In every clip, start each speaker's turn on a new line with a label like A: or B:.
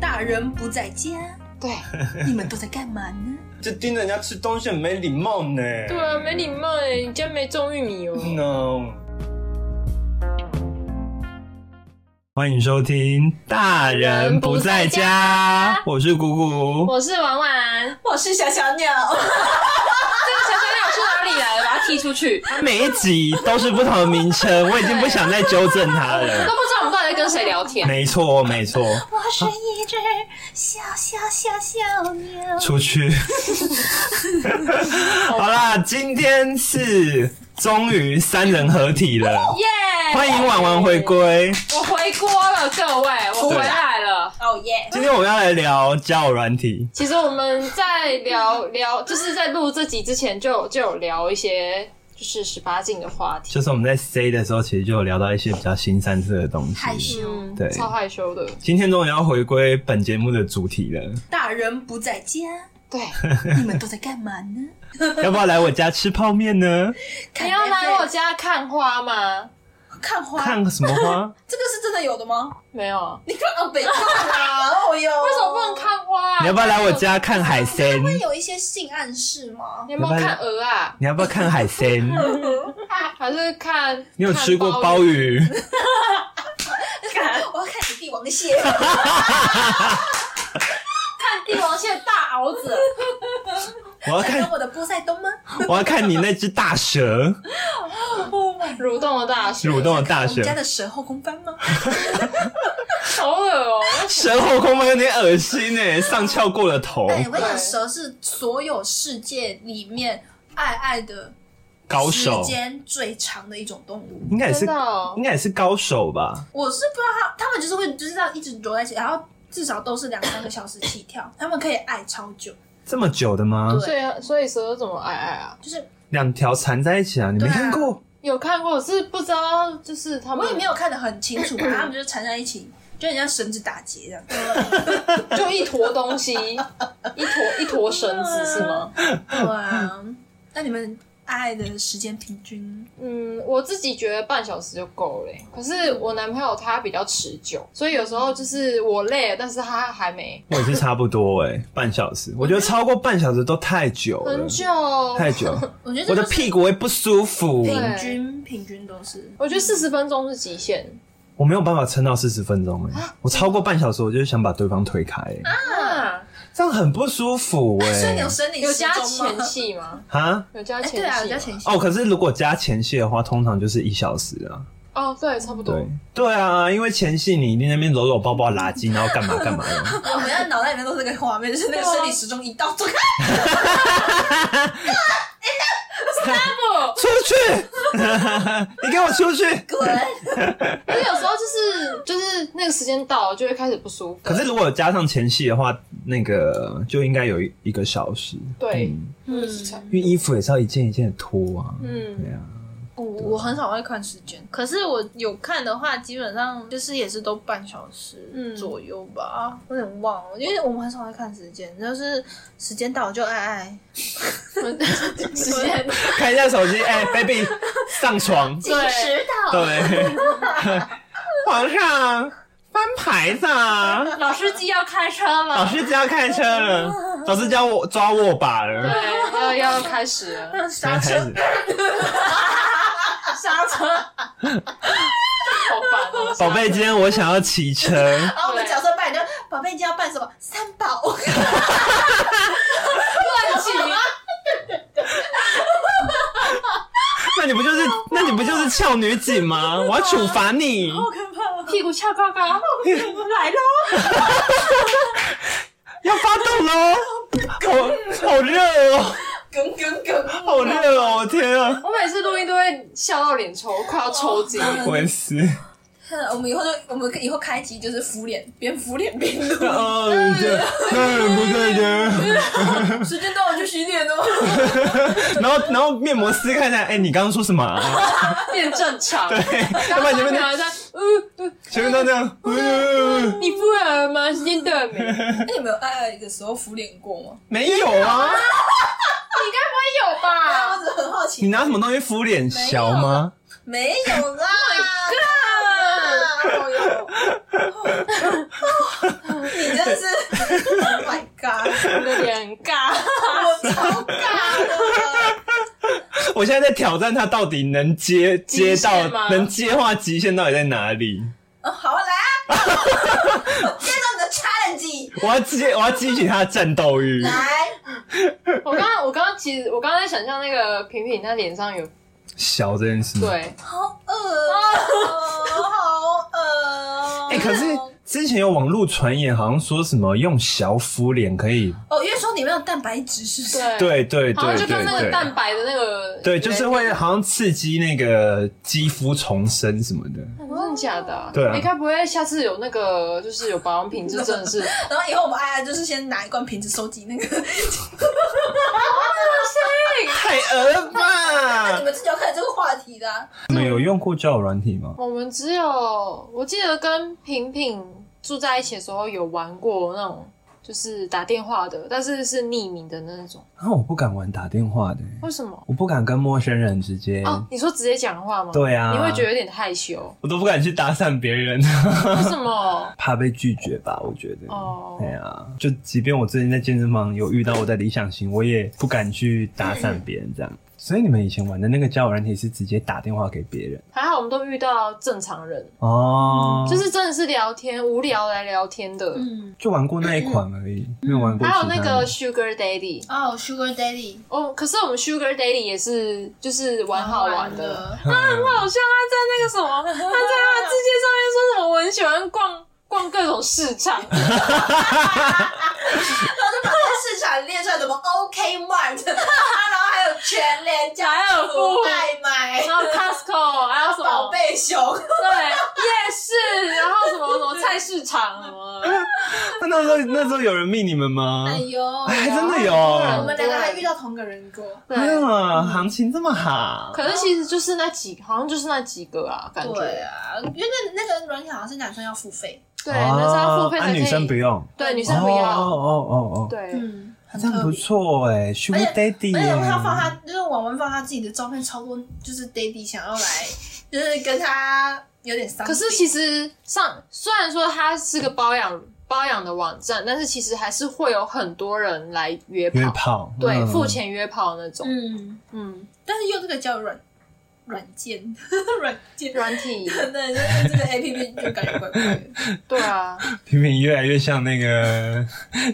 A: 家人不在家，
B: 对，
A: 你们都在干嘛呢？
C: 这盯着人家吃东西很没礼貌呢。
B: 对啊，没礼貌哎，你家没种玉米哦。
C: No。欢迎收听《大人不在家》，我是姑姑。
B: 我是婉婉，这
A: 我是小小鸟，
B: 个小小鸟去哪里来了？把它踢出去，
C: 他每一集都是不同的名称，我已经不想再纠正他
B: 都
C: 了。
B: 不知道我们到底在跟谁聊天。
C: 没错，没错，
A: 我是一只小小小小鸟。
C: 出去。好啦，今天是终于三人合体了，
B: 耶！
C: 欢迎婉婉回，归。
B: 我回锅了，各位，我回来了。
A: 哦耶！
C: 今天我们要来聊交友软体，
B: 其实我们在聊聊，就是在录这集之前就有就有聊一些就是十八禁的话题，
C: 就是我们在 C 的时候，其实就有聊到一些比较新三色的东
A: 害
C: 西。
A: 羞，
B: 嗯，
C: 对
B: 超害羞的。
C: 今天终于要回归本节目的主题了，
A: 大人不在家，
B: 对，
A: 你们都在干嘛呢？
C: 要不要来我家吃泡面呢？
B: 你要来我家看花吗？
A: 看花，
C: 看什么花？
A: 这个是真的有的吗？
B: 没有啊，
A: 你看啊，北看啊，哦哟，
B: 为什么不能？看花、啊？
C: 你要不要来我？家看海鲜？
A: 会有一些性暗示吗？
B: 你有没有看鹅啊？
C: 你要不要看海鲜？
B: 还是看？
C: 你有吃过
B: 看
C: 鲍？鱼？
A: 我要看你帝王蟹，
B: 看帝王蟹大螯子，
C: 我要
A: 看
C: 看，
A: 我的波塞 冬吗？
C: 我要看你那只大蛇，
B: 蠕动的大蛇，
C: 蠕动的大
A: 我们
C: 蛇
A: 家，的蛇后空翻吗？
B: 好恶哦、
C: 蛇后空翻有点恶心哎，上翘过了头，
A: 哎，我跟你讲，
B: 对
A: 蛇是所有世界里面爱爱的
C: 高
A: 时
C: 手
A: 间最长的一种动物。
C: 应该哎也是
B: 真的、，哦
C: 应该也是高手吧？
A: 我是不知道他他们就是会就是这样一直揉在一起，然后至少都是两三个小时起跳， 他们可以爱超久，
C: 这么久的吗？
A: 对
B: 所以所以蛇怎么爱爱啊？
A: 就是
C: 两条缠在一起啊？你没
A: 对啊
C: 看过？
B: 有看过，我是不知道，就是他们
A: 我也没有看得很清 楚，他们就是缠在一起，就很像绳子打结这样。
B: 就一坨东 西，一坨一坨绳子是吗？
A: 对啊，那你们爱的时间平均
B: 嗯，我自己觉得半小时就够了欸、可是我男朋友他比较持久，所以有时候就是我累了，但是他还没
C: 我也是差不多哎、半小时。我觉得超过半小时都太久了
B: 很，久。
C: 太久，
A: 我觉得这
C: 我的
A: 就是
C: 屁股会不舒服。
A: 平均平均都是。
B: 我觉得四十分钟是极限。
C: 我没有办法撑到四十分钟哎、我超过半小时，我就想把对方推开、欸，
B: 啊，
C: 这样很不舒服哎、
A: 所以你有生理
B: 有
A: 时
B: 加
A: 钟
B: 前
A: 吗？
B: 戏吗？
C: 啊？
B: 有加
A: 哎，
B: 前戏
A: 对
B: 吗、
A: 啊，有加前戏。
C: 哦，可是如果加前戏的话，通常就是一小时啊。
B: 哦，对，差不多。
C: 对对啊，因为前戏你一定在那边揉揉抱抱拉筋，然后干嘛干 嘛的。
A: 我们家脑袋里面都是那个画面，就是那个生理时钟一到，走开，
B: 不，
C: 出去！ 你给我出去！
A: 滚！
B: 可是有时候就是就是那个时间到了就会开始不舒服。
C: 可是如果加上前戏的话，那个就应该有一一个小时。
B: 对
C: 嗯
B: 嗯
C: 因为衣服也是要一件一件的脱啊。
B: 嗯，
C: 对啊，
A: 我我很少会看时间，可是我有看的话，基本上就是也是都半小时
B: 嗯
A: 左右吧，我有点忘了，因为我们很少会看时间，就是时间到就爱爱，
B: 时间
C: 看一下手机，哎、b a b y 上床。
B: 对，
A: 到
C: 对， 皇上翻牌 子啊！
B: 老司机要开车
C: 老
B: 了，
C: 师就要开车了，老师教我抓握把了。
B: 对，要要开始 了。
A: 刹
C: 现在开
A: 车
C: 始，
A: 刹车，
B: 好烦哦、
C: 宝贝，今天我想要骑车，
A: 然后我们角色扮演就宝贝，你今天要扮什么？三宝，
B: 乱骑，
C: 那你不就是那你不就是俏女警吗？我要处罚你，
A: 可怕哦，
B: 屁股翘高高，
A: 来喽！
C: 要发动喽！好好热哦，
A: 滚滚滚！
C: 好热哦！我天啊，
B: 我每次录音都会笑到脸抽，快要抽筋。
C: 我 也是。
A: 我们以后就我们以后开集就是敷脸，边敷脸边录，
C: 嗯，对，那不对的。
A: 时间到了就洗脸哦。
C: 然后然后面膜撕开来，哎，你刚刚说什么啊？
B: 变正常。
C: 对，
B: 然
C: 要
B: 后
C: 不然前
B: 他
C: 面
B: 们
C: 那
B: 还在，嗯嗯，
C: 前面都这样，嗯
B: 你敷了吗？时间到了没？
A: 那哎你们有爱爱的时候敷脸过吗？
C: 没有啊？
B: 有吧？
A: 啊我只很好奇
C: 你拿什么东西敷脸小吗？
A: 没有啦，Oh 哥，你真的是哦
C: 我现在在挑战他到底能接接
B: 极限
C: 到
B: 吗
C: 能接话极限到底在哪里？
A: 嗯，好啊，来啊！接受你的 challenge，
C: 我要激我要激起他的战斗欲。
A: 来，
B: 我刚刚我刚刚其实我刚刚在想象那个平平他脸上有
C: 小这件事，
B: 对，
A: 好恶哦，好恶哦。
C: 哎、可是之前有网络传言，好像说什么用小腹脸可以，
A: 哦，因为说里面有蛋白质，是不是？
B: 对
C: 对对
B: 好像
C: 对
B: 就
C: 对
B: 跟那个
C: 对，
B: 蛋白的那个
C: 对，就是会好像刺激那个肌肤重生什么的。
B: 真的假的、啊？
C: 对啊
B: 你该不会下次有那个就是有保养品，就真的 是
A: 然后以后我们爱爱就是先拿一罐瓶子收集那个，
C: 太恶了
A: 你
C: 吧！
A: 们自己有看这个话题的啊、
C: 你们有用过交友软体吗？
B: 我们只有我记得跟平平住在一起的时候有玩过那种就是打电话的，但是是匿名的那种。
C: 啊，我不敢玩打电话的、
B: 为什么？
C: 我不敢跟陌生人直接，
B: 哦，你说直接讲话吗？
C: 对啊。
B: 你会觉得有点害羞
C: 我都不敢去搭讪别人，
B: 为什 么？
C: 怕被拒绝吧？我觉得。
B: 哦
C: 对啊，就即便我最近在健身房有遇到我的理想型，我也不敢去搭讪别人这样。所以你们以前玩的那个交友软体是直接打电话给别人
B: 还好我们都遇到正常人，
C: 哦，
B: 就是真的是聊天无聊来聊天的。
A: 嗯，
C: 就玩过那一款而已，没有玩过
B: 还
C: 其他
B: 有
C: 的。
B: 那个 Sugar Daddy，
A: 哦，Sugar Daddy，
B: 哦，可是我们 Sugar Daddy 也是就是玩好玩的。 好
C: 嗯
B: 像他在那个什么，他在他的字界上面说什么，我很喜欢逛逛各种 市场，
A: 在市场列出来什么 OK Mart，然 后还有全联、
B: 还有富
A: 爱买、
B: 然后 Costco，还有什
A: 哎宝
B: 么
A: 贝熊，
B: 对夜市，然后什么什么菜市场什么的，
C: 那那时候那时候有人密你们吗？
A: 呦，
B: 嗯
C: 哎，真的有
A: 我
C: 啊
A: 们两个还遇到同个人过，
B: 对。，
C: 行情这么好，
B: 可是其实就是那几，好像就是那几个啊，感觉
A: 对啊，因为那那个软体好像是男生要付费，
B: 对，那是要付费
C: 啊
B: 才可以，
C: 女生不用，
B: 对女生不要，
C: 哦哦哦
B: 对，
A: 嗯，
C: 哦，
A: 很
C: 这样
A: 特
C: 不
A: 别。
C: 错哎，Sugar
A: 而
B: 嗯
C: Daddy，
A: 且他放
C: 耶
A: 他就是网文放他自己的照片，超多就是 Daddy 想要来，就是跟他有点伤。
B: 可是其实上虽然说它是个包养包养的网站，但是其实还是会有很多人来约
C: 约
B: 炮，
C: 炮，
B: 对，
C: 嗯
B: 付。钱约炮那种，
A: 嗯，
B: 嗯，
A: 但是用这个叫软软件， 软件。
B: 软体，
C: 嗯
A: 那你就用这个 A P P 就感觉怪怪的，
B: 对啊，
C: 平平越来越像那个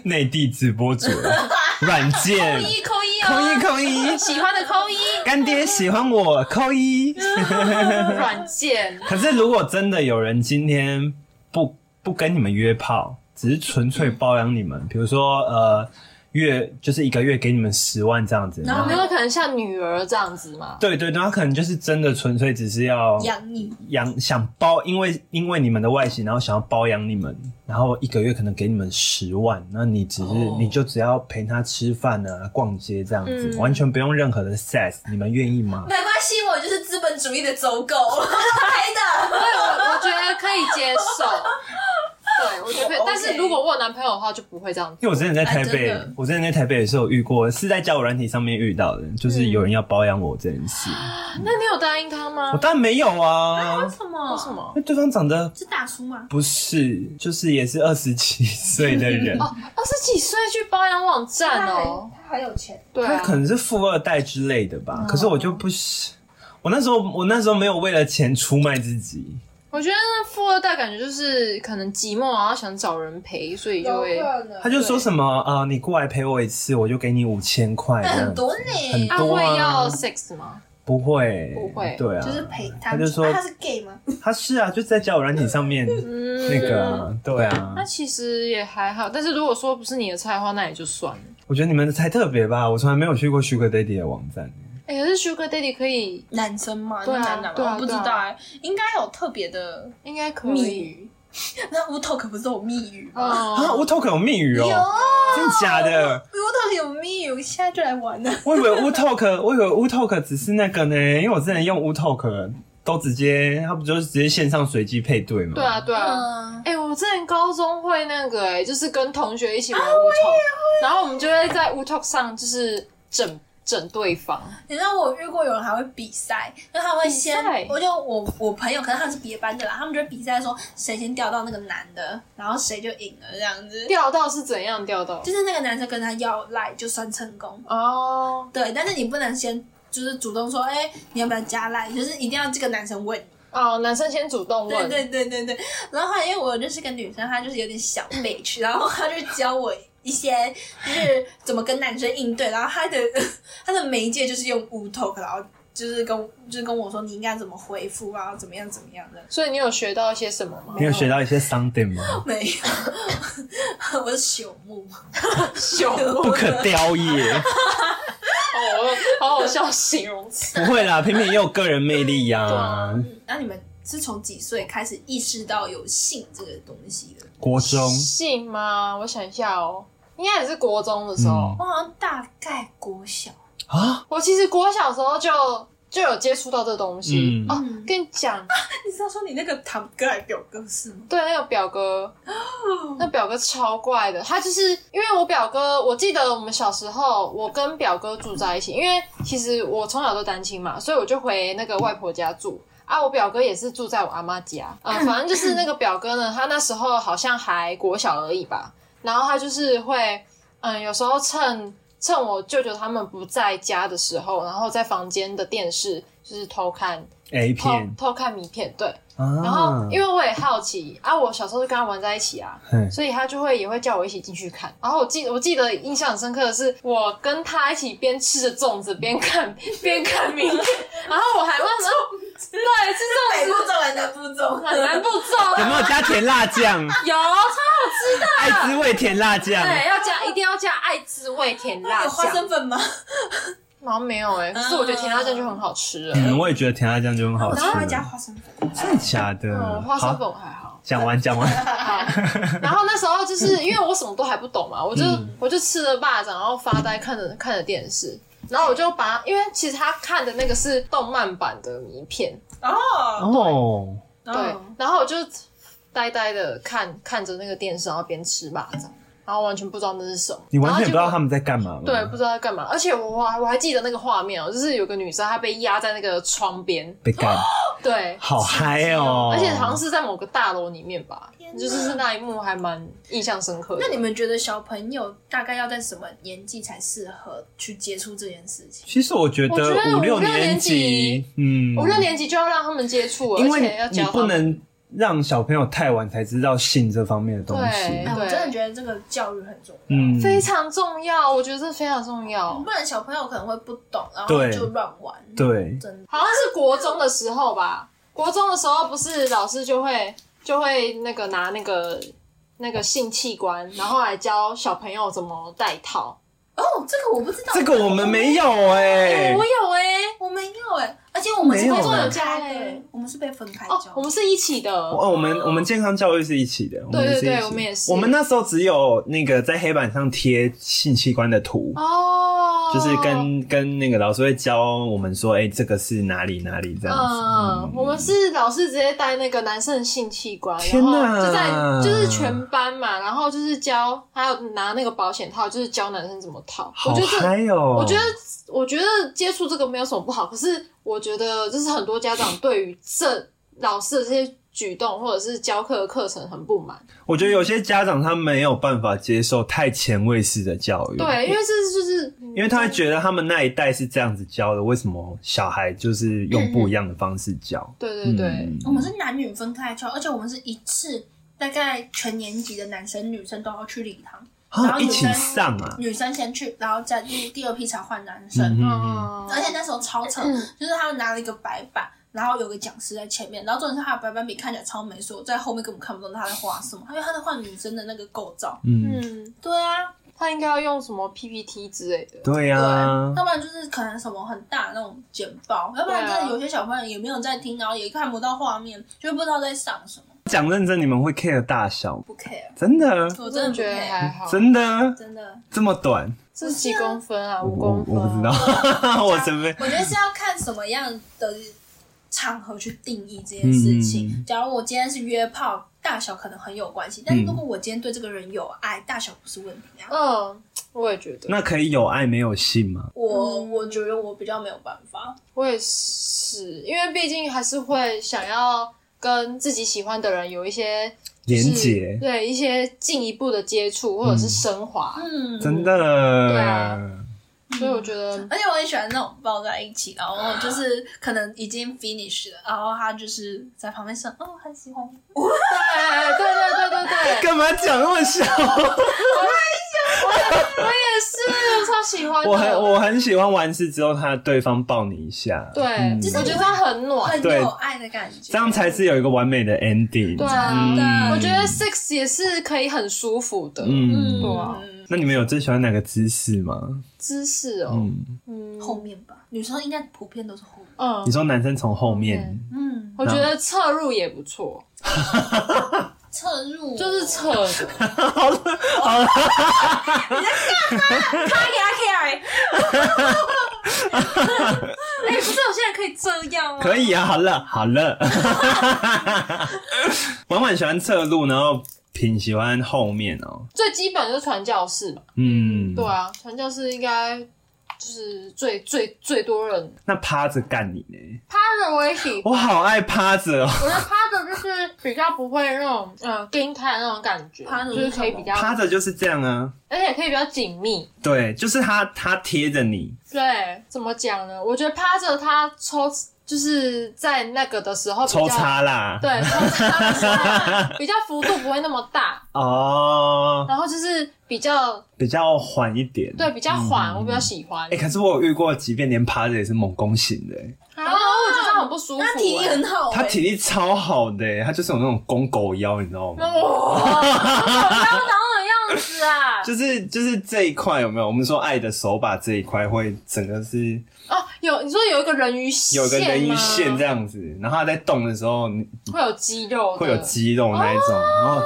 C: 内地直播主 了，软件
B: 扣一扣一
C: 扣一
B: 哦，
C: 扣一，
B: 喜欢的扣一，
C: 干爹喜欢我扣一。
B: 软件，
C: 可是如果真的有人今天不不跟你们约炮，只是纯粹包养你们，比如说呃月就是一个月给你们十万这样子，
A: 然
B: 然
A: 后
B: 后
A: 没
B: 那
A: 有
B: 个可能像女儿这样子嘛，
C: 对对对，他可能就是真的纯粹只是要
A: 养你
C: 养想包，因为因为你们的外形，然后想要包养你们，然后一个月可能给你们十万，那你只是、
B: 哦
C: 你就只要陪他吃饭啊、逛街这样子，
B: 嗯
C: 完全不用任何的 sex，你们愿意吗？
A: 没关系，我就是资本主义的走狗，黑的。
B: 对，我我觉得可以接受，对我觉得可以
C: 哦
A: 我，
B: 但是
A: OK
B: 如果我有男朋友的话就不会这样，
C: 因为我之前在台
A: 哎真
C: 北，
A: 的
C: 我之前在台北也是有遇过，是在交友软体上面遇到的，就是有人要包养我这件事，
A: 啊
B: 啊那你有答应他吗
C: 我？当然没有啊，
A: 什么
B: 为什？么
C: 因？为对方长得
A: 是大叔吗？
C: 不是，就是也是二十几岁 的人，
B: 哦，二十几岁去包养网站哦，
A: 他很有钱，
B: 对
C: 他
B: 啊，嗯
C: 可能是富二代之类的吧。可是我就不是，我那时候我那时候没有为了钱出卖自己，
B: 我觉得那富二代感觉就是可能寂寞，然后想找人陪，所以就会
A: 能
C: 他就说什么啊、呃你过来陪我一次，我就给你五千 块这样
A: 很
C: 子。
A: 多呢，
B: 他
C: 很多
B: 会
C: 啊
B: 要 sex 吗？
C: 不会，
B: 不会
C: 对啊，
A: 就是陪他。
C: 他就说
A: 啊他是 gay 吗？
C: 他是啊，就在交友软体上面
B: 嗯
C: 那个、啊，对啊
B: 那，其实也还好，但是如果说不是你的菜的话，那也就算了。
C: 我觉得你们才特别吧，我从来没有去过 Sugar Daddy 的网站。
B: 哎、可是 Sugar Daddy 可以，
A: 男生嘛，
B: 对啊
A: 男的
B: 对
A: 嘛，
B: 啊
A: 我不知道哎，应该有特别的
B: 应该可
A: 密
B: 以。
A: 语。那乌头可不是有密语吗？
C: 啊，
B: 哦，
C: 乌透 k 有密语哦、
A: 有，
C: 真的假的？
A: 乌头有密语，我现在就来玩了。
C: 我以为乌 Talk，我以为乌 Talk 只是那个呢，因为我之前用乌 Talk 都直接，它不就是直接线上随机配对吗？
B: 对啊，，对啊。
A: 嗯，
B: 哎、我之前高中会那个、哎，就是跟同学一起玩 Wu t a l 然后我们就会在 Wu t a l 上就是整整对方。
A: 你知道我遇过有人还会比赛，就他会先
B: 比赛，
A: 我就我我朋友，可能他们是别班的啦，他们就会比赛说谁先钓到那个男的，然后谁就赢了这样子。
B: 钓到是怎样钓到？
A: 就是那个男生跟他要赖就算成功，
B: 哦，
A: 对，但是你不能先。就是主动说，哎、你要不要加赖？就是一定要这个男生问。
B: 哦，男生先主动
A: 对
B: 问，
A: 对对对对。然后后来因为我认识个女生，她就是有点小 bitch，然后她就教我一些就是怎么跟男生应对，然后她的 她的媒介就是用 w t a l 然后就是跟就是跟我说你应该怎么回复啊，怎么样怎么样的。
B: 所以你有学到一些什么吗？
C: 你有学到一些 something 吗？
A: 没有， 我是朽木，
B: 羞
C: 不可雕也，
B: 哦，好好笑形容词。
C: 不会啦，平平也有个人魅力啊呀、
B: 啊
A: 嗯那你们是从几岁开始意识到有性这个东西的？
C: 国中
B: 信吗？我想一下哦，应该也是国中的时候。
C: 嗯
A: 我好像大概国小，
C: 啊，
B: 我其实国小的时候就就有接触到这东西、
C: 嗯
B: 哦。跟你讲，
A: 你知道说你那个堂哥还表哥是吗？
B: 对，那个表哥，那表哥超怪的。他就是因为我表哥，我记得我们小时候，我跟表哥住在一起，因为其实我从小都单亲嘛，所以我就回那个外婆家住。啊，我表哥也是住在我阿妈家，呃，反正就是那个表哥呢，他那时候好像还国小而已吧，然后他就是会，嗯，有时候趁趁我舅舅他们不在家的时候，然后在房间的电视就是偷看
C: A
B: 偷
C: 片
B: 偷看迷片，对，
C: 啊，
B: 然后因为我也好奇啊，我小时候就跟他玩在一起啊，
C: 嘿
B: 所以他就会也会叫我一起进去看。然后我记我记得印象很深刻的是，我跟他一起边吃着粽子边看边看名片，然后我还问说，对，吃粽
A: 北
B: 子
A: 部走还南部 走，
B: 很难不
C: 有
B: 粽，
C: 没有加甜 辣酱？
B: 有
C: 爱滋味甜辣酱，
B: 对要加一定要加爱滋味甜辣
A: 有花
B: 酱，
A: 生粉吗？
B: 好像没有哎、可是我觉得甜辣酱就很好吃了。
C: 嗯，我也觉得甜辣酱就很好
A: 我
C: 吃
A: 超爱加花生粉，
C: 真的假的？
B: 嗯，花生
C: 好，
B: 粉我还好。
C: 讲完讲 完，
B: 好，然后那时候就是因为我什么都还不懂嘛，我就、
C: 嗯
B: 我就吃了巴掌，然后发呆看着看着电视，然后我就把，因为其实他看的那个是动漫版的迷片，
A: 哦，
C: 哦，
A: 对
B: 对，然后我就呆呆的看看着那个电视，然后边吃巴掌，然后完全不知道那是什么，
C: 你完全不知道
B: 然后
C: 他们在干嘛吗？
B: 结果。对，不知道在干嘛，而且我还我还记得那个画面哦，就是有个女生她被压在那个窗边，
C: 被干，
B: 对，
C: 好嗨哦！
B: 而且好像是在某个大楼里面吧
A: 天，哪
B: 就是是那一幕还蛮印象深刻的。
A: 那你们觉得小朋友大概要在什么年纪才适合去接触这件事情？
C: 其实我觉
B: 我觉得
C: 五六
B: 五六
C: 年
B: 年
C: 级
B: 级，
C: 嗯，
B: 五六年级就要让他们接触了，
C: 因
B: 而且要
C: 为你
B: 教他
C: 不
B: 们
C: 能让小朋友太晚才知道性这方面的东西
B: 对
A: 哎，。我真的觉得这个教育很重要，
C: 嗯，
B: 非常重要，我觉得这非常重要。
A: 不然小朋友可能会不懂，然后
C: 对
A: 就乱玩。，
C: 对，
A: 真的。
B: 好像是国中的时候吧，国中的时候不是老师就会就会那个拿那个那个性器官，然后来教小朋友怎么戴套。
A: 哦，这个我不知道，
C: 这个我们没有哎
B: 我，有哎、
A: 我没有哎，而且我们是
C: 没有
A: 被分
B: 哎
A: 开的，我们是被分开
B: 哦
A: 教，
B: 我。们是一起的，
C: 哦，我们我们健康教育是一起的，
B: 对对
C: 是一
B: 对
C: 起
B: 我们也是
C: 我们那时候只有那个在黑板上贴性器官的图，
B: 哦，
C: 就是跟跟那个老师会教我们说，哎，这个是哪里哪里这样子。
B: 嗯，我们是老师直接带那个男生的性器官，
C: 天
B: 然
C: 哪
B: 后就在就是全班嘛，然后就是教，还有拿那个保险套，就是教男生怎么套。我
C: 好
B: 觉得这，
C: 嗨哦！
B: 我觉得，我觉得接触这个没有什么不好，可是我觉得就是很多家长对于这老师的这些举动或者是教课的课程很不满。
C: 我觉得有些家长他没有办法接受太前卫式的教育，
B: 对，因为这就是嗯
C: 因为他会觉得他们那一代是这样子教的，为什么小孩就是用不一样的方式教？
B: 对对对，
C: 嗯
A: 我们是男女分开教，而且我们是一次大概全年级的男生女生都要去礼堂，然
C: 啊，
A: 后
C: 一
A: 女
C: 起
A: 生
C: 上啊，
A: 女生先去，然后再第第二批才换男生。
C: 嗯嗯
B: 嗯，
A: 而且那时候超扯，就是他们拿了一个白板，然后有个讲师在前面，然后重点是他的白板笔看起来超美，所以我在后面根本看不懂他在画什么，因为他在画女生的那个构造。
C: 嗯，
B: 嗯，
A: 对啊，
B: 他应该要用什么 PPT 之类的。
C: 对呀、
A: 对
C: 啊，
A: 要不然就是可能什么很大的那种简报，要不然
B: 啊
A: 真的有些小朋友也没有在听，然后也看不到画面，就不知道在上什么。
C: 讲认真，你们会 care 大小吗？
A: 不 care，
C: 真的，
A: 我
B: 我
A: 真
B: 真
A: 的
B: 的
A: 不
B: 觉得
A: care，
B: 还好，
C: 真的
A: 真的。
C: 这么短？
B: 这几公分啊？
C: 我
B: 五
C: 我
B: 公分啊、
C: 不知道， 我准备
A: 我觉得是要看什么样的场合去定义这件事情。
C: 嗯
A: 假如我今天是约炮，大小可能很有关系，但是如果我今天对这个人有爱，大小不是问题啊。
B: 嗯，我也觉得，
C: 那可以有爱没有性吗？
A: 我我觉得我比较没有办法，
B: 我也是，因为毕竟还是会想要跟自己喜欢的人有一些
C: 连
B: 就是
C: 结嗯
B: 对一些进一步的接触或者是升华。
A: 嗯，
C: 真的，
B: 对啊所以我觉得
A: 而且我很喜欢那种抱在一起，然后就是可能已经 finish 了，然后他就是在旁边说，哦，很喜欢你，
B: 对对对对对对，
C: 干嘛讲那么小？
B: 我也是，我超喜欢的。
C: 我很我很喜欢完事之后，他对方抱你一下，
B: 对，啊
C: 嗯
B: 我觉得他很暖。
A: 很
C: 啊对
A: 有爱的感觉。
C: 这样才是有一个完美的 ending。
B: 对啊，
A: 嗯
B: 我觉得 six 也是可以很舒服的。
C: 嗯，
B: 对啊
C: 那你们有最喜欢哪个姿势吗？
B: 姿势哦，
C: 嗯，
B: 嗯
A: 后面吧，女生应该普遍都是后面。
B: 嗯
C: 你，说男生从后面，
A: 嗯，
B: 我觉得侧入也不错，
A: 侧入
B: 就是侧的。
A: 他给他 carry。哎，不是，我现在可以这样
B: 哦
A: 吗？
C: 可以啊，好了 好了。婉婉喜欢侧路，然后品喜欢后面哦。
B: 最基本就是传教士嘛，
C: 嗯，
B: 对啊，传教士应该就是最最最多人。
C: 那趴着干你呢？
B: 趴着我也喜欢，
C: 我好爱趴着哦，
B: 我觉得趴着就是比较不会那种嗯跟开那种感觉，
A: 趴着
B: 就是
A: 是
B: 可以比较，
C: 趴着就是这样啊。
B: 而且可以比较紧密。
C: 对，就是他他贴着你，
B: 对，怎么讲呢？我觉得趴着他抽就是在那个的时候比较
C: 抽，插啦。
B: 对，抽插的时候比较幅度不会那么大，
C: 哦，
B: 然后就是比较
C: 比较缓一点。
B: 对比较缓，我比较喜欢。
C: 哎、可是我有遇过，即便连趴着也是猛攻型的、欸，
B: 然后我觉得这样很不舒服、欸。
A: 他体力很好，
C: 他体力超好的、欸，他就是有那种公狗腰，你知道吗？
B: 哇，要长那种样子啊！
C: 就是就是这一块有没有？我们说爱的手把这一块会整个是
B: 哦，有你说有一个人鱼线，
C: 有个人鱼线这，样子，然后他在动的时候你
B: 会有肌肉的，
C: 会有肌肉那一种，然后哦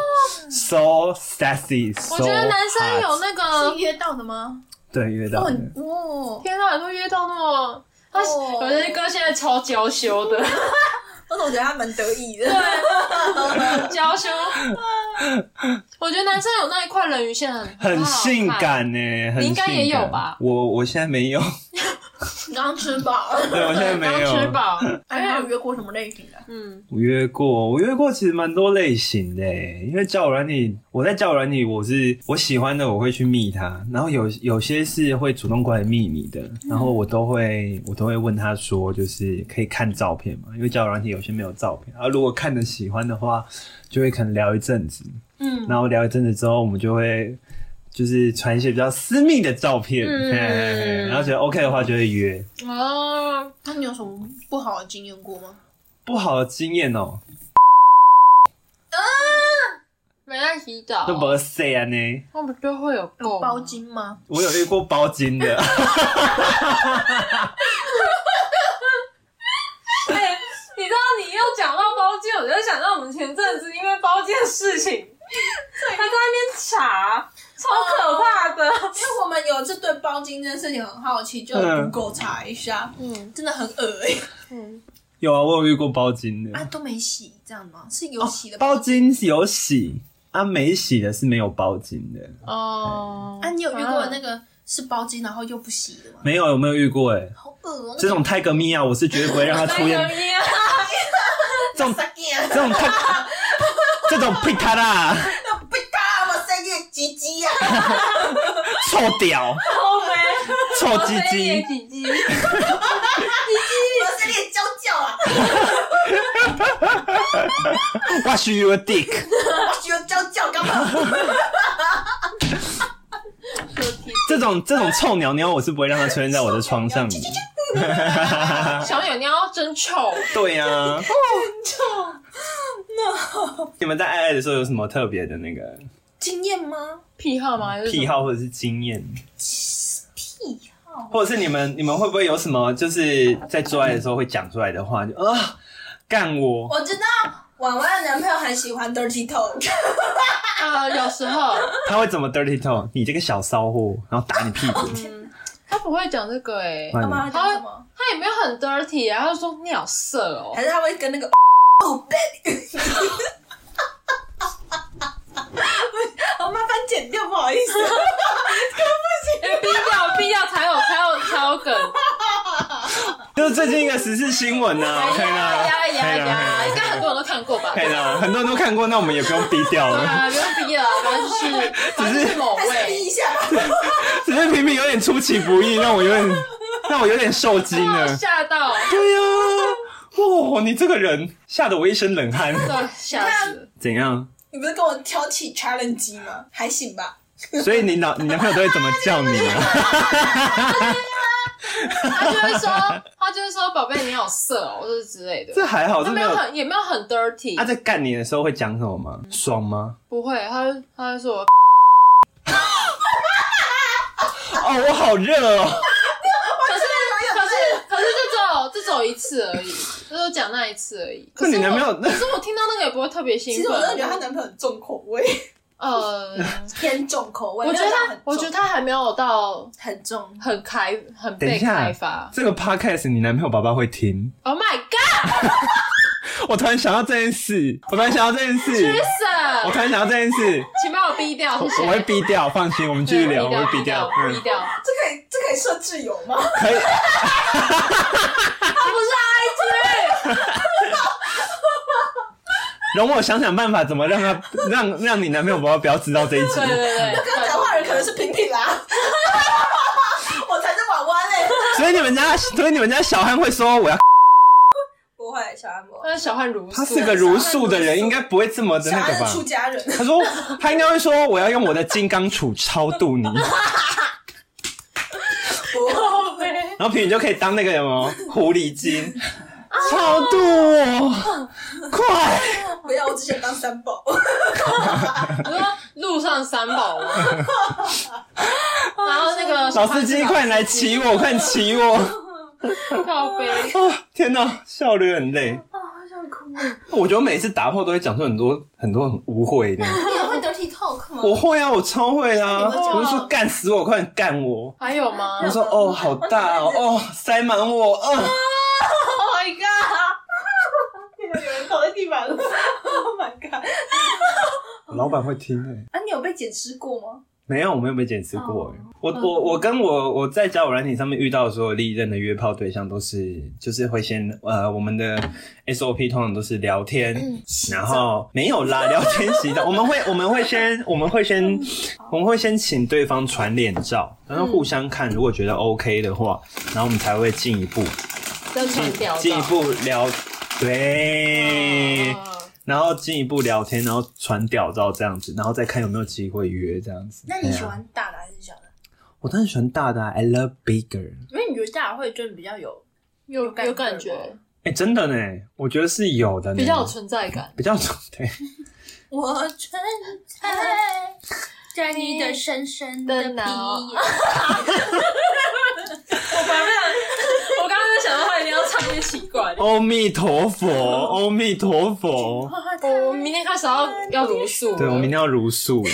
C: so sexy，so
B: 哦我觉得男生
C: hot
B: 有那
A: 是
B: 个，
A: 约到的吗？
C: 对啊约到
A: 哦
C: 的，
A: 哦，
B: 天哪，会约到那么。他
A: 哦
B: 我觉得哥现在超娇羞的，
A: 我总觉得他蛮得意的。
B: 娇羞。我觉得男生有那一块人鱼线很
C: 很
B: 好看
C: 性，感呢、欸，很
B: 你应该也
C: 性感
B: 有吧
C: 我我现在没有，
A: 你刚吃饱了，
C: 对我现在
B: 刚
C: 没有。
B: 吃饱，
A: 哎，还有约过什么类型的？
B: 嗯，
C: 我约过，我约过其实蛮多类型的欸，因为交友软体，我在交友软体，我是我喜欢的我会去密他，然后有有些是会主动过来密你的，
B: 嗯
C: 然后我都会我都会问他说，就是可以看照片嘛，因为交友软体有些没有照片，然后如果看的喜欢的话，就会可能聊一阵子，
B: 嗯，
C: 然后聊一阵子之后，我们就会就是传一些比较私密的照片，
B: 嗯
C: 嘿嘿嘿然后觉得 OK 的话就会约，
B: 哦，
A: 那你有什么不好的经验过吗？
C: 不好的经验哦、
B: 没在洗澡
C: 都，不谁啊呢？
B: 那不就会有垢吗
A: 包巾吗？
C: 我有遇过包金的，
B: 哎，你知道你又讲到包间，我就想到我们前阵子因为包间的事情，他在那边查，超可怕的。
A: 因为我们有一次对包巾这件事情很好奇，就
C: 嗯
A: Google 查一下，
B: 嗯
A: 真的很恶欸心、
B: 嗯，
C: 有啊，我有遇过包金的。
A: 啊，都没洗，这样吗？是有洗的吗
C: 哦包金有洗啊，没洗的是没有包金的，
B: 哦，
A: 啊，你有遇过那个是包巾然后又不洗的吗？
C: 没有有没有遇过哎、
A: 好恶哦、
C: 这种泰格米亚我是绝对不会让它出 现。
B: 哎烟？啊
C: 这种
A: 那个
C: 这种泰，这种皮卡啦，
A: 被他我塞进鸡鸡啊呀！
C: 臭屌，
B: 后面。
C: 臭
B: 我
C: 鸡
B: 飞也
C: 鸡，
B: 几鸡，
A: 我塞进娇娇啊！
C: 我需 your dick。
A: 我喜欢娇娇干 嘛？
C: 这种这种臭鸟鸟我是不会让它出现在我的床上的。
B: 小鸟鸟真臭。
C: 对呀、啊，臭。你们在爱爱的时候有什么特别的那个
A: 经验吗？
B: 癖好吗？还是什么
C: 癖？好或者是经验？
A: 屁啊好
C: 或者是你们你们会不会有什么就是在做爱的时候会讲出来的话，就啊干我，
A: 我知道，婉婉的男朋友很喜欢 dirty talk，
C: 哎
B: 呃，有时候，
C: 他会怎么 dirty talk？你这个小骚货，然后打你 屁股。
B: 嗯，他不会讲这个诶、
A: 他妈
C: 嗯
A: 会讲什么？
B: 他也没有很 dirty 啊，他就说你好色哦、
A: 还是他会跟那 个哦 baby？好麻烦剪掉，不好意 思。
B: 哎，逼掉逼掉才有才有才有梗，
C: 就是最近一个时事新闻 呐、啊，看啦，
B: 哎呀呀
C: 看啦
B: 呀！应该很多人都看过吧？
C: 看啦，哎很多人都看过，那我们也不用低调
B: 对
C: 了，
B: 啊，不用逼了，反正就是反正就是某
A: 还是逼
B: 位
A: 一。下吧。
C: 只是平平有点出其不意，让我有 点让我有点受惊
B: 哇
C: 了。
B: 哦吓到，
C: 对呀、哦，你这个人吓得我一身冷汗。
B: 对，吓死了。
C: 怎样？
A: 你不是跟我挑剔 challenge 吗？还行吧。
C: 所以你男你男朋友都会怎么叫你 啊？
B: 他就会说，他就会说，宝贝你好色哦，或者是之类的。
C: 这还好，
B: 他
C: 这
B: 没
C: 没
B: 有
C: 有。啊
B: 很，也没有很
C: 他
B: dirty，
C: 在干你的时候会讲什么吗？爽吗？
B: 不会，他就他就说我
C: 哦，我好热 哦。
B: 可是可是可是就只有就只有一次而已，就只有讲那一次而已。可
C: 那
B: 是
C: 你男
B: 我
C: 朋友那
B: 可是我听到那个也不会特别兴
A: 其
B: 奋。
A: 实我真的觉得她男朋友很重口味，
B: 呃，
A: 偏重口味。
B: 我觉得
A: 没有到很
B: 他
A: 重
B: 我觉得他还没有到
A: 很重。
B: 很开很
C: 等一
B: 被
C: 下
B: 开发。
C: 这个 podcast 你男朋友爸爸会听。
B: Oh my god，
C: 我突然想到这件事，我突然想到这件事，我
B: 是，
C: 突然想到这件事，
B: 请把我逼掉，谢啊谢。
C: 我会逼掉，放心，我们继续
B: 对
C: 聊，我
B: 我
C: 会逼掉，
B: 逼
C: 嗯，
B: 掉。
A: 这可以，这可以设置有吗？
C: 可以。
B: 他不 是 IG，
C: 容我想想办法，怎么让他让 让你男朋友爸爸不要知道这一集
B: 对。对对，
A: 刚刚讲话人可能是平平 啦，我才是婉婉嘞。
C: 所以你们家，所以你们家小汉会说我要，
A: 不会，小安博，
B: 那小汉如
C: 他
B: 素
C: 是个儒术的
B: 啊
C: 人，应该不会这么的
A: 小
C: 那
A: 安
C: 个吧
A: 是？出家人。
C: 他说他应该会说我要用我的金刚杵超度你，
A: 不会，
B: 宝贝
C: 然后平你就可以当那个 什么狐狸精，
A: 啊
C: 超度我， 快！
A: 不要，我只想当三宝。
B: 你说路上三宝 吗？然后那个
C: 老司机，快来骑我，快骑我！
B: 靠背，
C: 啊，天哪，笑得有点累。
A: 啊，好想哭。
C: 我觉得每次打破都会讲出很多很多很污秽的。
A: 你也会 dirty talk 吗
C: 我会啊，我超会啊！
A: 你会讲
C: 我就说干死我，快点干我！
B: 还有吗
C: 我说哦，好大哦，哦，塞满我，嗯、
A: 啊
B: ？Oh my god！
A: 有人倒在地板了。Oh my god！
C: 老板会听哎、
A: 啊，你有被剪吃过吗？
C: 没有，我没有被检视过、
B: 哦
C: 欸。我我
A: 嗯
C: 我跟我我在交友软体上面遇到的所有历任的约炮对象都是，就是会先呃，我们的 SOP 通常都是聊天，
A: 嗯
C: 然后没有啦，聊天 洗澡，我们会我们会先我们会先
A: 嗯
C: 我们会先请对方传脸照，然后互相
A: 嗯
C: 看，如果觉得 OK 的话，然后我们才会进一步
B: 真传屌照
C: 进一步聊，
A: 哦
C: 对。
B: 啊
C: 然后进一步聊天，然后传屌照这样子，然后再看有没有机会约这样子。
A: 那你
C: 对啊
A: 喜欢大的还是小的？
C: 我当然喜欢大的、啊、，I love bigger。
A: 因为你觉得大的会真的比较有
B: 有有感
A: 有
B: 觉，
C: 哎、真的呢，我觉得是有的呢，
B: 比较有存在感。
C: 比较对，
A: 我存在在你的深深的鼻
B: 的脑
A: 翼。
B: 我本来我刚刚在想到他一定要唱一些奇怪的。
C: 阿弥陀 佛，阿弥陀佛。
B: 我明天开始要要如素了。
C: 对，我明天要如素了，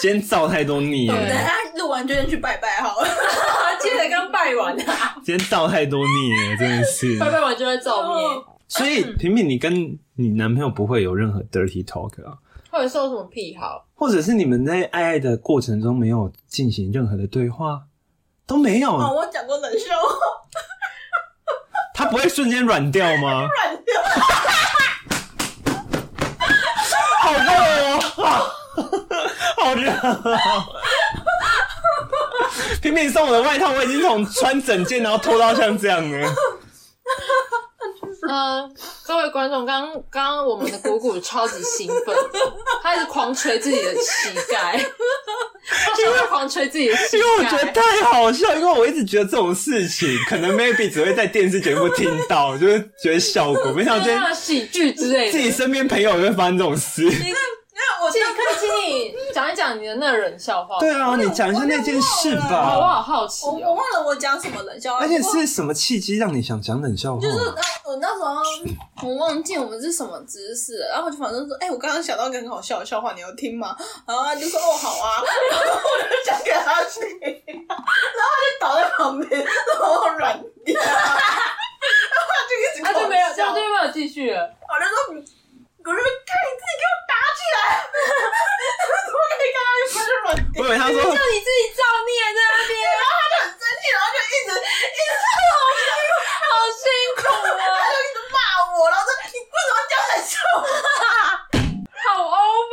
C: 今天造太多孽
A: 等
C: 了，
A: 他录完就先去拜拜好了。
B: 记得刚拜完 啊，
C: 今天造太多孽了，真的 是。
B: 拜拜完就会造孽，
C: 所以
B: 嗯
C: 平平，你跟你男朋友不会有任何 dirty talk 啊，
B: 或者受什么癖好？
C: 或者是你们在爱爱的过程中没有进行任何的对话，都没有，啊
A: 哦，我讲过冷笑话，
C: 他不会瞬间软掉吗？
A: 软掉。
C: 好热哦，好热哦！ 平平送我的外套，我已经从穿整件，然后脱到像这样了。
B: 嗯，各位观众，刚刚刚我们的谷谷超级兴奋， 他一直狂捶自己的膝盖，他想要狂捶自己的膝
C: 因
B: 盖，
C: 为我觉得太好笑，因为我一直觉得这种事情可能 maybe 只会在电视节目听到，就是觉得效果。没想到今
B: 就
C: 天
B: 像喜剧之类的。
C: 自己身边朋友也会发生这种 事。
A: 那我
B: 请
A: 就
B: 可以请你讲一讲你的那人笑话。
C: 对，啊，你讲一下那件事
B: 我
C: 吧，
B: 好好奇
A: 我我
B: 哦。
A: 忘了我讲什么冷笑话，
C: 而且
A: 不过
C: 是什么契机让你想讲冷笑话？
A: 就是
B: 嗯
A: 那我那时候我忘记我们是什么姿势了，然后我就反正说，哎、我刚刚想到一个很好笑的笑话，你要听吗？然后他就说，哦，好啊， 然后我就讲给他听，然后他就倒在旁边，然后软掉，然后他就一直
B: 他
A: 狂
B: 就啊没有，
A: 笑，
B: 他就没有继续了。
A: 我就说，你我就说，看你自己给我打起来， 怎么可以看到一半就软掉？
C: 我以为他说
B: 就你自己造孽在那边，
A: 然后他就很生气，然后就一直一直。
B: 好辛苦啊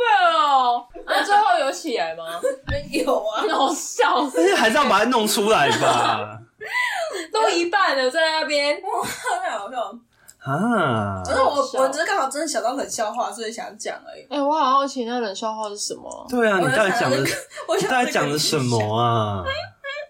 A: 有
B: 哦啊来吗？
A: 啊，
B: 好笑死，
C: 但是还是要把它弄出来 吧。
B: 都一半了，在那边。
A: 太好笑了。
C: 啊，
A: 可是我
B: 好笑
A: 我只是刚好真的想到冷笑话，所以想讲而已。
B: 哎、我好好奇那冷笑话是什么，
C: 对啊，你到底
A: 我在
C: 讲
A: 想
C: 的
A: 那个，我
C: 你
A: 想
C: 到底讲的什么 啊？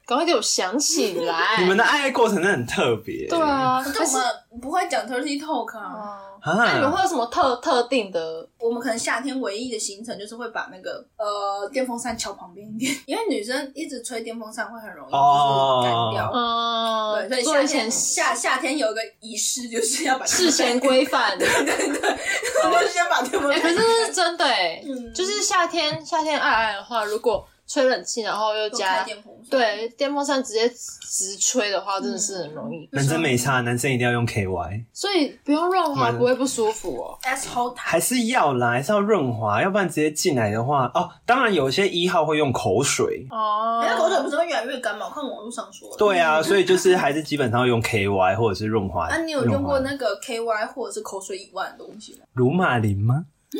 B: 赶快给我想起来。
C: 你们的爱爱过程真的很特别。
B: 对啊，
A: 那个？可是我们不会讲 dirty talk 啊，
B: 哦那你们会
C: 啊，
B: 有什么特特定的？
A: 我们可能夏天唯一的行程就是会把那个呃电风扇敲旁边一点， 因为女生一直吹电风扇会很容易
C: 哦
A: 就是干掉。
B: 嗯，
A: 对，所
B: 做
A: 以
B: 以
A: 夏
B: 前
A: 天夏夏天有一个仪式，就是要把
B: 事前规范。
A: 对对对， 就是先把电风
B: 哎、
A: 扇。
B: 可是这是真的哎、
A: 嗯
B: 就是夏天夏天爱爱的话，如果吹冷气，然后又
A: 都开
B: 加
A: 电风扇，
B: 对电风扇直接直吹的话，真的是很容
A: 嗯
B: 易。
C: 男生没差，男生一定要用 KY，
B: 所以不用润滑
C: 嗯
B: 不会不舒服哦。
A: ，S 好台
C: 还是要啦，还是要润滑，要不然直接进来的话，哦，当然有些一号会用口水。
B: 哦，
A: 人家口水不是会越来越干吗？我看网络上说的。
C: 对
B: 嗯
C: 啊，所以就是还是基本上用 KY 或者是润滑。
A: 啊，你有用过
C: 润滑
A: 那个 KY 或者是口水以外的东西吗？
C: 乳马林吗？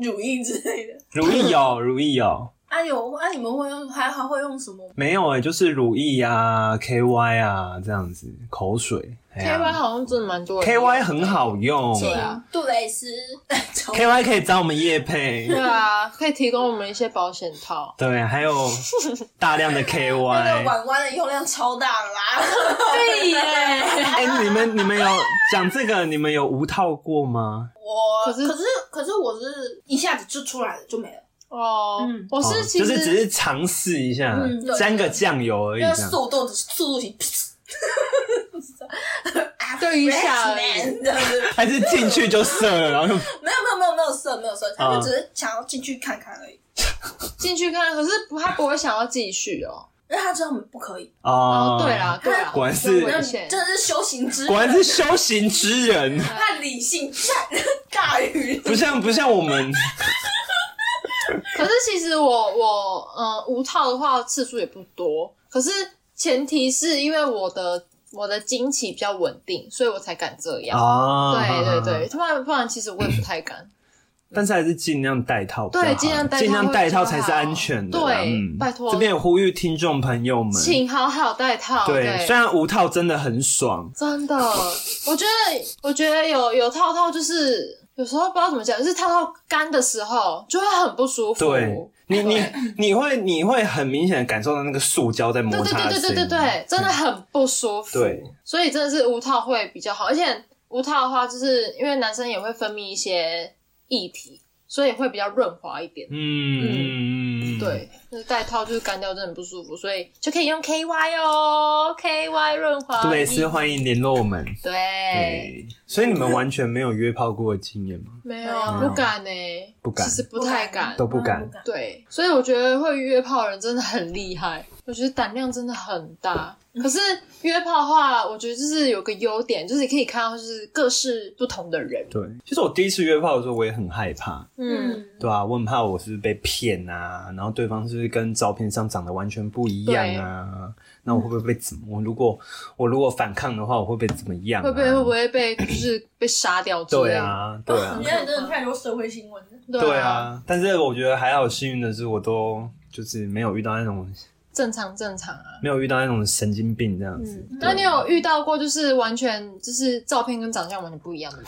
A: 乳液之类的。
C: 如 意有，如意有，
A: 啊有啊，你们会用还还会用什么？
C: 没有哎、就是乳液啊、KY 啊这样子，口水。哎
B: K
C: 呀
B: Y 好像真的蛮多人
C: KY 很好用，
B: 对啊
A: 杜蕾斯，
C: KY 可以找我们叶 配，。
B: 对啊，可以提供我们一些保险套
C: 对，还有大量的
A: 那个
B: 啊
C: KY。
A: 婉婉的用量超大了啦。
B: 对耶，
C: 哎、你们你们有讲这个，你们有无套过吗？
A: 我
B: 可是
A: 可是可是我是一下子就出来了就没了，
B: 哦
A: 嗯，
B: 我
C: 哦
B: 是其
C: 就是只
B: 实
C: 是尝试一下
A: 嗯，对
C: 沾个酱油而已
A: 因为
C: 这样。
A: 速度速度型。
B: 对于下而
A: Rest
B: 已
A: man，这样子
C: 还是进去就射了，然后就
A: 没有没有没有没有色没有色，他
C: 啊
A: 就只是想要进去看看而已，
B: 进去看，可是不他不会想要继续哦。
A: 因为他知道我们不可以，
C: 哦
B: 哦，对啦，对啦，
C: 果然是
B: 有危险
A: 真的是修行之人
C: 果然是修行之人，
A: 他理性 占大于
C: 不像不像 我们
B: 可是其实我我呃无套的话次数也不多，可是前提是因为我的我的经期比较稳定，所以我才敢这样。
C: 哦
B: 对对对，，不然不然其实我也不太敢。
C: 嗯但是还是尽量戴套比较好，
B: 对尽量戴套
C: 尽量戴套
B: 会
C: 才
B: 比
C: 是
B: 较好
C: 安全的啦。
B: 对
C: 嗯
B: 拜托
C: 这边有呼吁听众朋友们，
B: 请好好戴套。
C: 对，虽然无套真的很爽，
B: 真的，我觉得，我觉得有有套套，就是有时候不知道怎么讲，就是套套干的时候就会很不舒服。
C: 对你你
B: 对
C: 你会你会很明显的感受到那个塑胶在摩
B: 对对
C: 擦的
B: 对
C: 声
B: 对
C: 音，
B: 对对对，真的很不舒服。
C: 对，
B: 所以真的是无套会比较好，而且无套的话，就是因为男生也会分泌一些液体，所以会比较润滑一点。
C: 嗯嗯嗯，
B: 对，就是戴套就是干掉真的很不舒服，所以就可以用 KY 哦，KY 润滑
C: 杜蕾
B: 液。
C: 斯欢迎联络我们。
B: 对，
C: 对，所以你们完全没有约炮过的经验吗？
B: 没有啊
A: 没有
B: 不敢呢、
C: 不敢
B: 其实不太敢。
C: 都不敢
B: 对，所以我觉得会约炮的人真的很厉害，我觉得胆量真的很大。可是约炮的话，我觉得就是有个优点，就是你可以看到就是各式不同的人，
C: 对，其实我第一次约炮的时候，我也很害怕，
B: 嗯，
A: 嗯，
C: 对啊，我很怕我是不是被骗啊，然后对方是不是跟照片上长得完全不一样啊？那我会不会被怎么？我如果我如果反抗的话，我会被怎么样、啊？
B: 会不会会不？会被就是被杀掉之类的？
C: 对啊，对啊
A: 你，现在真的太多社会新闻了。
B: 对啊，
C: 对啊。但是我觉得还好，幸运的是，我都就是没有遇到那种
B: 正常正常啊。
C: 没有遇到那种神经病这样子。
A: 嗯
B: 那你有遇到过就是完全就是照片跟长相完全不一样的吗？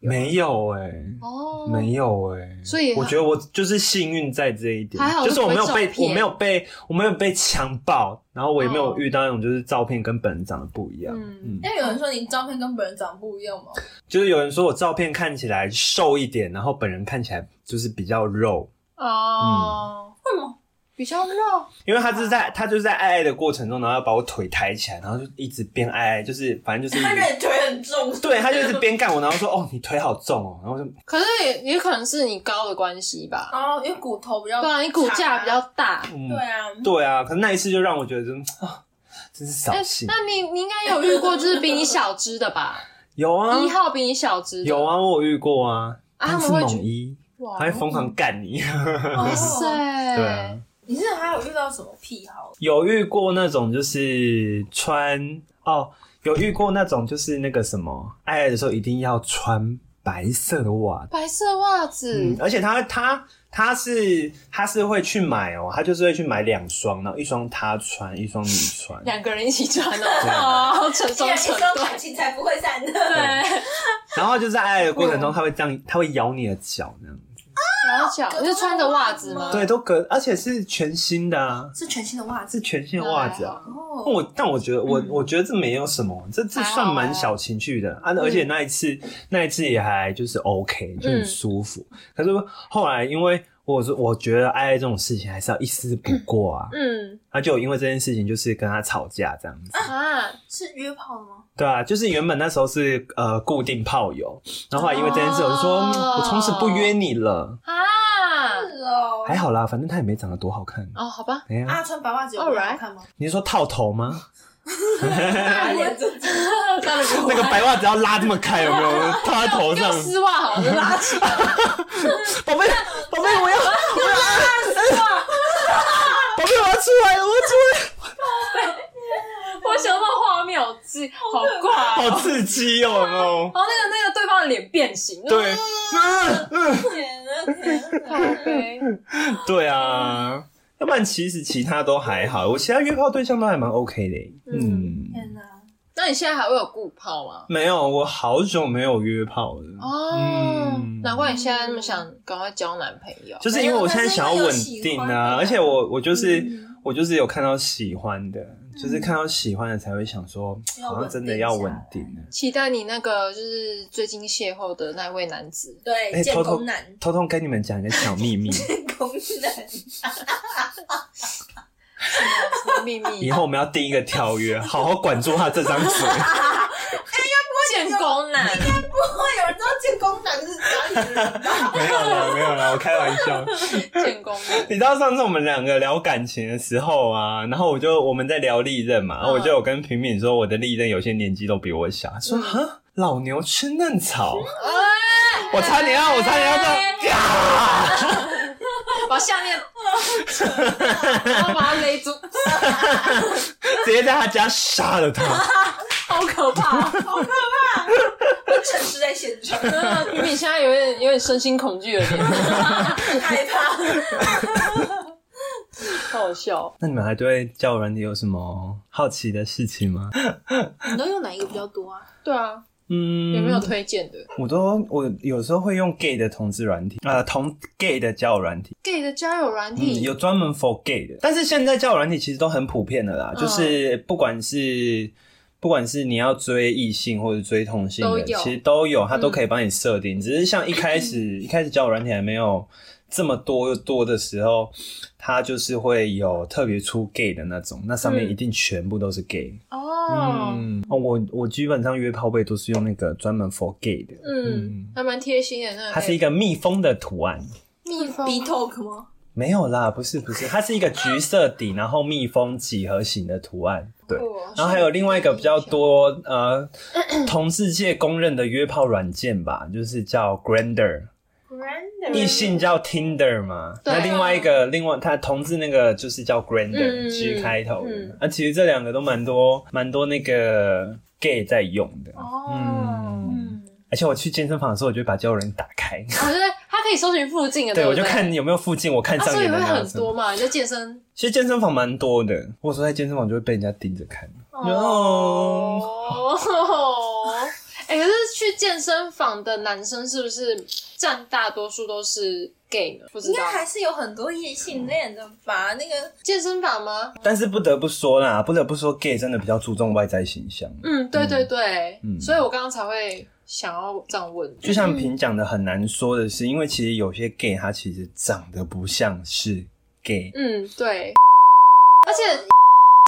C: 没有哎、
B: 哦，
C: 没有哎、
B: 所以
C: 我觉得我就是幸运在这一点
B: 还，好
C: 就是我没有被
B: 都不会照
C: 我
B: 片
C: 没有被我没有被强暴，然后我也没有
B: 哦
C: 遇到那种就是照片跟本人长得不一样。
B: 嗯
C: 嗯，
A: 因为有人说你照片跟本人长不一样嘛，
C: 就是有人说我照片看起来瘦一点，然后本人看起来就是比较肉，
B: 哦，
C: 嗯
A: 为什么？
B: 比较肉，
C: 因为他就是在他就是在爱爱的过程中，然后要把我腿抬起来，然后就一直边爱爱，就是 反正就是
A: 他的腿很重，
C: 对他就一直 边干我，然后说哦你腿好重哦，然后我就
B: 可是也也可能是你高的关系吧。
A: 哦，因为骨头比较，
B: 对啊，你骨架比较，大。
C: 嗯
A: 对啊，
C: 对啊，可是那一次就让我觉得真啊真是扫
B: 哎
C: 兴，
B: 那你你应该有遇过就是比你小只的吧？
C: 有 啊
B: 一号比你小只的
C: 有，啊，我有遇过啊，
B: 啊
C: 但是
B: 他们会
C: 猛一，
B: 哇
C: 他会疯狂干你。
A: 哇
C: 啊
B: 哇塞，
C: 对啊，
A: 你是还有遇到什么癖好？
C: 有遇过那种就是穿哦，有遇过那种就是那个什么，爱爱的时候一定要穿白色的袜子，
B: 白色袜子，。
C: 嗯，而且他他他是他是会去买哦、他就是会去买两双，然后一双他穿，一双你穿
B: 两个人一起穿
C: 对啊
B: 哦，好成双成
A: 说
B: 对。
A: 感情才不会散的。
B: 对，
C: 然后就在爱的过程中，他会这样，他会咬你的脚那样。
B: 然后脚
A: 可
B: 你
A: 是
B: 是穿着袜子吗？
A: 袜子吗
C: 对，都隔，而且是全新的啊，
A: 是全新的袜子
C: 是全新的袜子啊。
A: 哦，
C: 我但我觉得我、我觉得这没有什么，这这算蛮小情趣的啊。而且那一次、那一次也还就是 OK，就很舒服。可是后来因为我是我觉得爱这种事情还是要一丝不过啊，
B: 嗯
C: 他、就因为这件事情就是跟他吵架这样子。
B: 啊，
A: 是约炮的吗？
C: 对啊，就是原本那时候是呃固定炮友，然后后来因为这件事我就说、
B: 哦
C: 嗯我从此不约你了。
B: 啊，
A: 是哦。
C: 还好啦，反正他也没长得多好看。
B: 哦，好吧，
C: 哎呀、
A: 啊，穿白袜子有
B: Alright
A: 好看 吗？哎
C: 你是说套头吗？
B: 当然不
C: 那
B: 会
C: 个白袜子要拉这么开，有没 有？套在头上
B: 用。丝袜好了，拉起来，
C: 宝贝，宝贝，我要，我要，宝贝，我要出来了，我要
B: 我想到画面，好自好怪
C: 出来，好
B: 哦。
C: 刺激哦，有没有？
B: 然后那个那个对方的脸变形，
C: 对，嗯嗯，
B: 对，
C: 对啊，要不然其实其他都还好，我其他约炮对象都还蛮 OK 的，嗯，
A: 天哪！
B: 那你现在还会有固泡吗？
C: 没有，我好久没有约炮了，
B: 哦
C: 嗯，
B: 难怪你现在那么想赶快交男朋友。
C: 就是因为我现在想要稳定
A: 没有但是因为有喜欢
C: 啊，
A: 的嗯
C: 而且我我就是我就是有看到喜欢的，就是看到喜欢的才会想说，
A: 要
C: 好像真的
A: 稳定
C: 要
A: 下
C: 稳
A: 来
C: 定了。
B: 期待你那个就是最近邂逅的那位男子，
A: 对，
C: 哎
A: 建
C: 偷偷
A: 工 男，
C: 偷偷跟你们讲一个小 秘密，
A: 建工 男，
B: 什么秘密
C: 以？后我们要定一个 条约，好好管住他这张嘴。
B: 建工男，
A: 不会哦有人知道建工男是哪里人吧？
C: 没有啦，没有啦，我开玩笑。
B: 建工 男，
C: 你知道上次我们两个聊感情的时候啊，然后我就我们在聊历任嘛，然后
A: 嗯
C: 我就有跟平敏说，我的历任有些年纪都比我小，她说啊，老牛吃嫩草，
B: 啊
C: 我差点要，我差点要这样， 啊
B: 把下面，然
C: 啊
B: 后把他勒住，
C: 直接在他家杀 了他。
B: 好可 怕！
A: 我诚实在现场，
B: 因为你现在有点有点身心恐惧了，
A: 害怕。
B: 好笑。
C: 那你们还对教人有什么好奇的事情吗？
A: 你都用哪一个比较多啊？
B: 对啊，
C: 嗯，
B: 有没有推荐的
C: 我都我有时候会用 gay 的同志软体，呃，同 gay 的交友软体，
B: gay 的交友软
C: 嗯，
B: 体？
C: 有专门 for gay 的。但是现在交友软体其实都很普遍的啦，
B: 嗯
C: 就是不管是不管是你要追异性或者追同性
B: 都
C: 的，
B: 有
C: 其实都有，嗯它都可以帮你设定。只是像一开 始一开始交友软体还没有这么多多的时候，它就是会有特别出 gay 的那种，那上面
B: 嗯
C: 一定全部都是 gay。
B: 哦，
C: 嗯，哦，我我基本上约炮位都是用那个专门 for gay 的，
B: 嗯，还蛮贴心的那个 gay。
C: 它是一个蜜蜂的图案。
B: 蜜蜂
A: B Talk 吗？
C: 没有啦，不是不是，它是一个橘色底，然后蜜蜂几何形的图案。对，
B: 哦
C: 然后还有另外一个比较多 呃，同世界公认的约炮软件吧，就是叫 Grander，异性叫 Tinder 嘛。
B: 对啊
C: 那另外一个，另外它同志那个就是叫
B: 嗯
C: Grander，G 开头
B: 嗯
C: 的。那其实这两个都蛮多蛮多那个 gay 在用的。
B: 哦，
C: 嗯，而且我去健身房的时候，我就会把交友软件打开，
B: 我觉得他可以搜寻附近的，
C: 对
B: 不
C: 我
B: 对
C: 就看有没有附近我看
B: 啊，
C: 上
B: 所以
C: 眼的
B: 会
C: 那
B: 很
C: 种。
B: 多嘛？你在健身
C: 其实健身房蛮多的，我说在健身房就会被人家盯着看。哦，
B: 哦。 哎、可是去健身房的男生是不是占大多数都是 gay 呢？不知
A: 应
B: 道
A: 该还是有很多异性恋的吧？那个
B: 健身房吗？
C: 但是不得不说啦，不得不说，gay 真的比较注重外在形象。
B: 嗯，对对对，
C: 嗯
B: 所以我刚刚才会想要这样问。
C: 就像平讲的，很难说的是，因为其实有些 gay 他其实长得不像是 gay，
B: 嗯，对，而
A: 哦
B: 且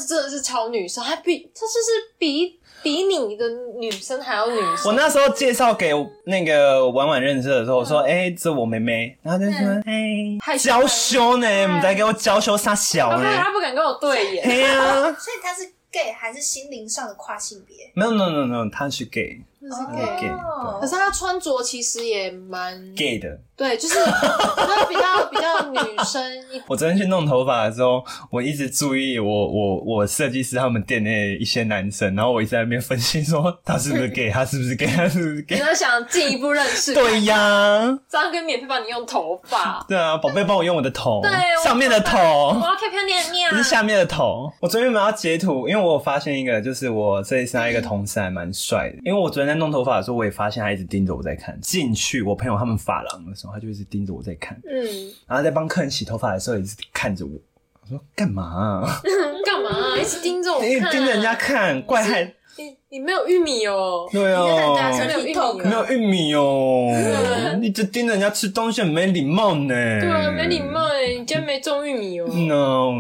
B: 真的是超女生，还比她就是比比你的女生还要女生。
C: 我那时候介绍给那个婉婉认识的时候，我说：“哎、这我妹妹。”然后她就说：“哎、
B: 害羞
C: 娇羞呢，你在给我娇羞撒小
B: 我看
C: 呢哎
B: 他不敢跟我对？”眼。
C: 嘿呀、
A: 所以他是 gay 还是心灵上的跨性别？
C: 没有，no no no，他是 gay，
B: 那是 gay。
C: gay
A: 哦
B: 可是他穿着其实也蛮
C: gay 的。
B: 对，就是他比较比较女生一
C: 我昨天去弄头发的时候，我一直注意我我我设计师他们店内一些男生，然后我一直在那边分析说他是不是 gay，他是不是 gay，他是不是
B: 你
C: gay。
B: 要想进一步认识，
C: 对呀，
B: 这样跟免费帮你用头发，
C: 对啊，宝贝，帮我用我的头
B: 对我，
C: 上面的
B: 我
C: 头。
B: 要漂漂亮亮
C: 不是。下面的头，我昨天本来要截图，因为我有发现一个，就是我这一身一个同事还蛮帅的。因为我昨天在弄头发的时候，我也发现他一直盯着我在看。进去我朋友他们发廊的时候，他就一直盯着我在看，
B: 嗯，
C: 然后在帮客人洗头发的时候也是看着我。我说干嘛啊、
B: 干嘛、一直盯着我
C: 因为
B: 看？
C: 盯着人家，看，啊怪害。
B: 你你没有玉米哦。
C: 对
A: 你看人家穿
B: 没
C: 哦，
B: 有玉米
A: TikTok，
C: 没有玉米 哦，你这盯着人家吃东西很没礼貌呢。
B: 对啊，没礼貌哎，你今天没种玉米哦。
C: 嗯 No，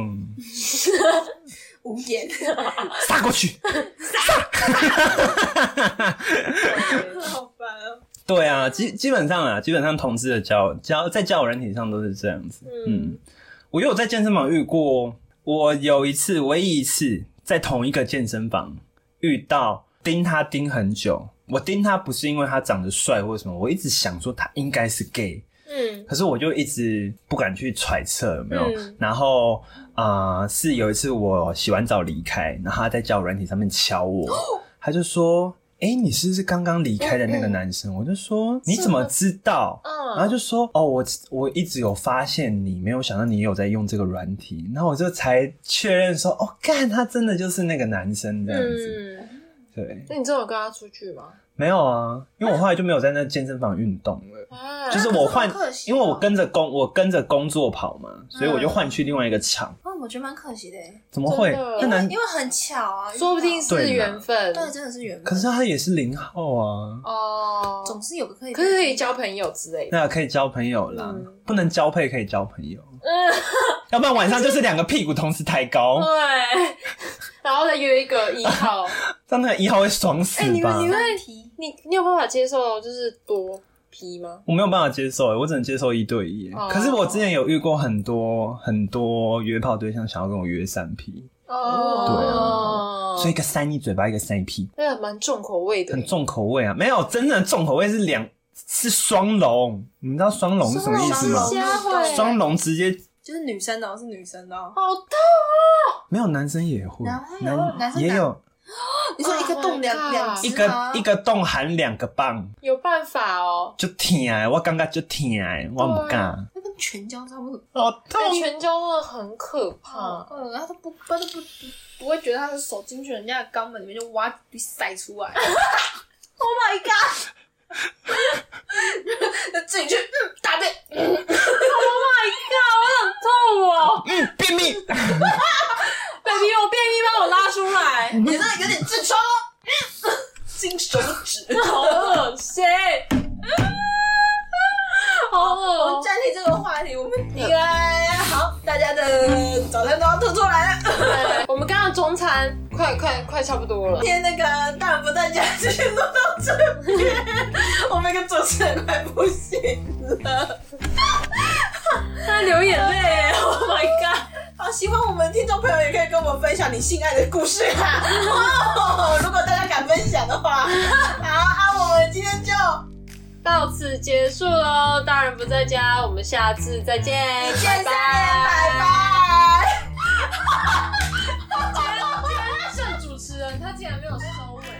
A: 无言，
C: 杀过去。
A: 好烦哦。
C: 对啊，基基本上啊，基本上同志的交交在交友软体上都是这样子。嗯，我有在健身房遇过，我有一次唯一一次在同一个健身房遇到盯他盯很久。我盯他不是因为他长得帅或什么，我一直想说他应该是 gay，
B: 嗯
C: 可是我就一直不敢去揣测有没有。
B: 嗯
C: 然后啊、呃是有一次我洗完澡离开，然后他在交友软体上面 敲我，他就说：“哎、你是不是刚刚离开的那个男生？”我就说：“你怎么知道？”
B: 嗯，
C: 然后就说：“哦，我我一直有发现你，没有想到你有在用这个软体。”然后我就才确认说：“哦，干，他真的就是那个男生这样子。
B: 嗯，
C: 对，
B: 那你真的有跟他出去吗？
C: 没有啊，因为我后来就没有在那健身房运动了。
B: 啊，
C: 就是我换
A: 啊可是好可，惜
C: 因
A: 哦
C: 为我跟着工，我跟着工作跑嘛，所以
B: 嗯
C: 我就换去另外一个厂。
A: 哦，我觉得蛮可惜的耶，
C: 怎么会
B: 真的？
A: 因为
C: 那男
A: 因为很巧啊，
B: 说不定
A: 遇
B: 是缘分。
A: 到对，真的是缘分。
C: 可是他也是零号啊，
B: 哦，
A: 总是有个可以，
B: 可是可以交朋友之类的。
C: 那可以交朋友啦
B: 嗯，
C: 不能交配可以交 朋友，要不然晚上就是两个屁股同时抬
A: 嗯
C: 高，
B: 对， 然后再约一个一号。
C: 让那个一号会爽死
A: 哎，你
C: 吧
A: 们你？们提
B: 你你有办法接受就是多批吗？
C: 我没有办法接受欸，我只能接受一对一欸
B: 哦。
C: 可是我之前有遇过很多很多约炮对象想要跟我约三 P，
A: 哦
C: 啊所以一个三一嘴巴，一个三一屁，
B: 对啊，那蛮重口味的，
C: 很重口味啊。没有，真正的重口味是两是双龙，你知道双龙是什么意思吗
A: 双龙？
B: 瞎会
C: 双龙直接
A: 就是女生的哦，是女生的哦。
B: 好痛。
C: 没有，男生也会，
A: 男生有男生
C: 也
A: 打
C: 有
A: 你说一个洞
B: Oh my
A: 两
B: god
A: 两只
C: 一个
A: 吗
C: 一个洞含两个棒，
B: 有办法哦。
C: 就疼哎，我感觉就疼哎，我不敢，
A: 那跟全胶差不多。
C: 好
B: 但
C: 痛。
B: 全交真的很可怕，
A: 嗯，然后他不，他都不不不会觉得他的手进去人家的肛门里面就挖鼻塞出来。oh my god！那自己去，嗯，答对。
B: 痛哦！
C: 嗯，便秘，
B: ，baby，我便秘帮我拉出 来，
A: 你那有点痔疮哦。 金手指，
B: 好恶心， 好
A: 我
B: 恶哦
A: 们
B: 心。
A: 暂停这个话题，我们应该好，大家的早餐都要吐出来了。
B: 我们刚刚中餐快快快差不多了
A: 今，天那个大人不在家，继续录到这边， 我们一个主持人快不行了。
B: 他流眼泪，Oh my god！
A: 好，喜欢我们的听众朋友也可以跟我们分享你性爱的故事啊！ 哦，如果大家敢分享的话，好啊，我们今天就
B: 到此结束喽，大人不在家，我们下次再见，
A: 哎见
B: 拜
A: 三面，拜拜。
B: 拜。盛主持人他竟然没有收尾。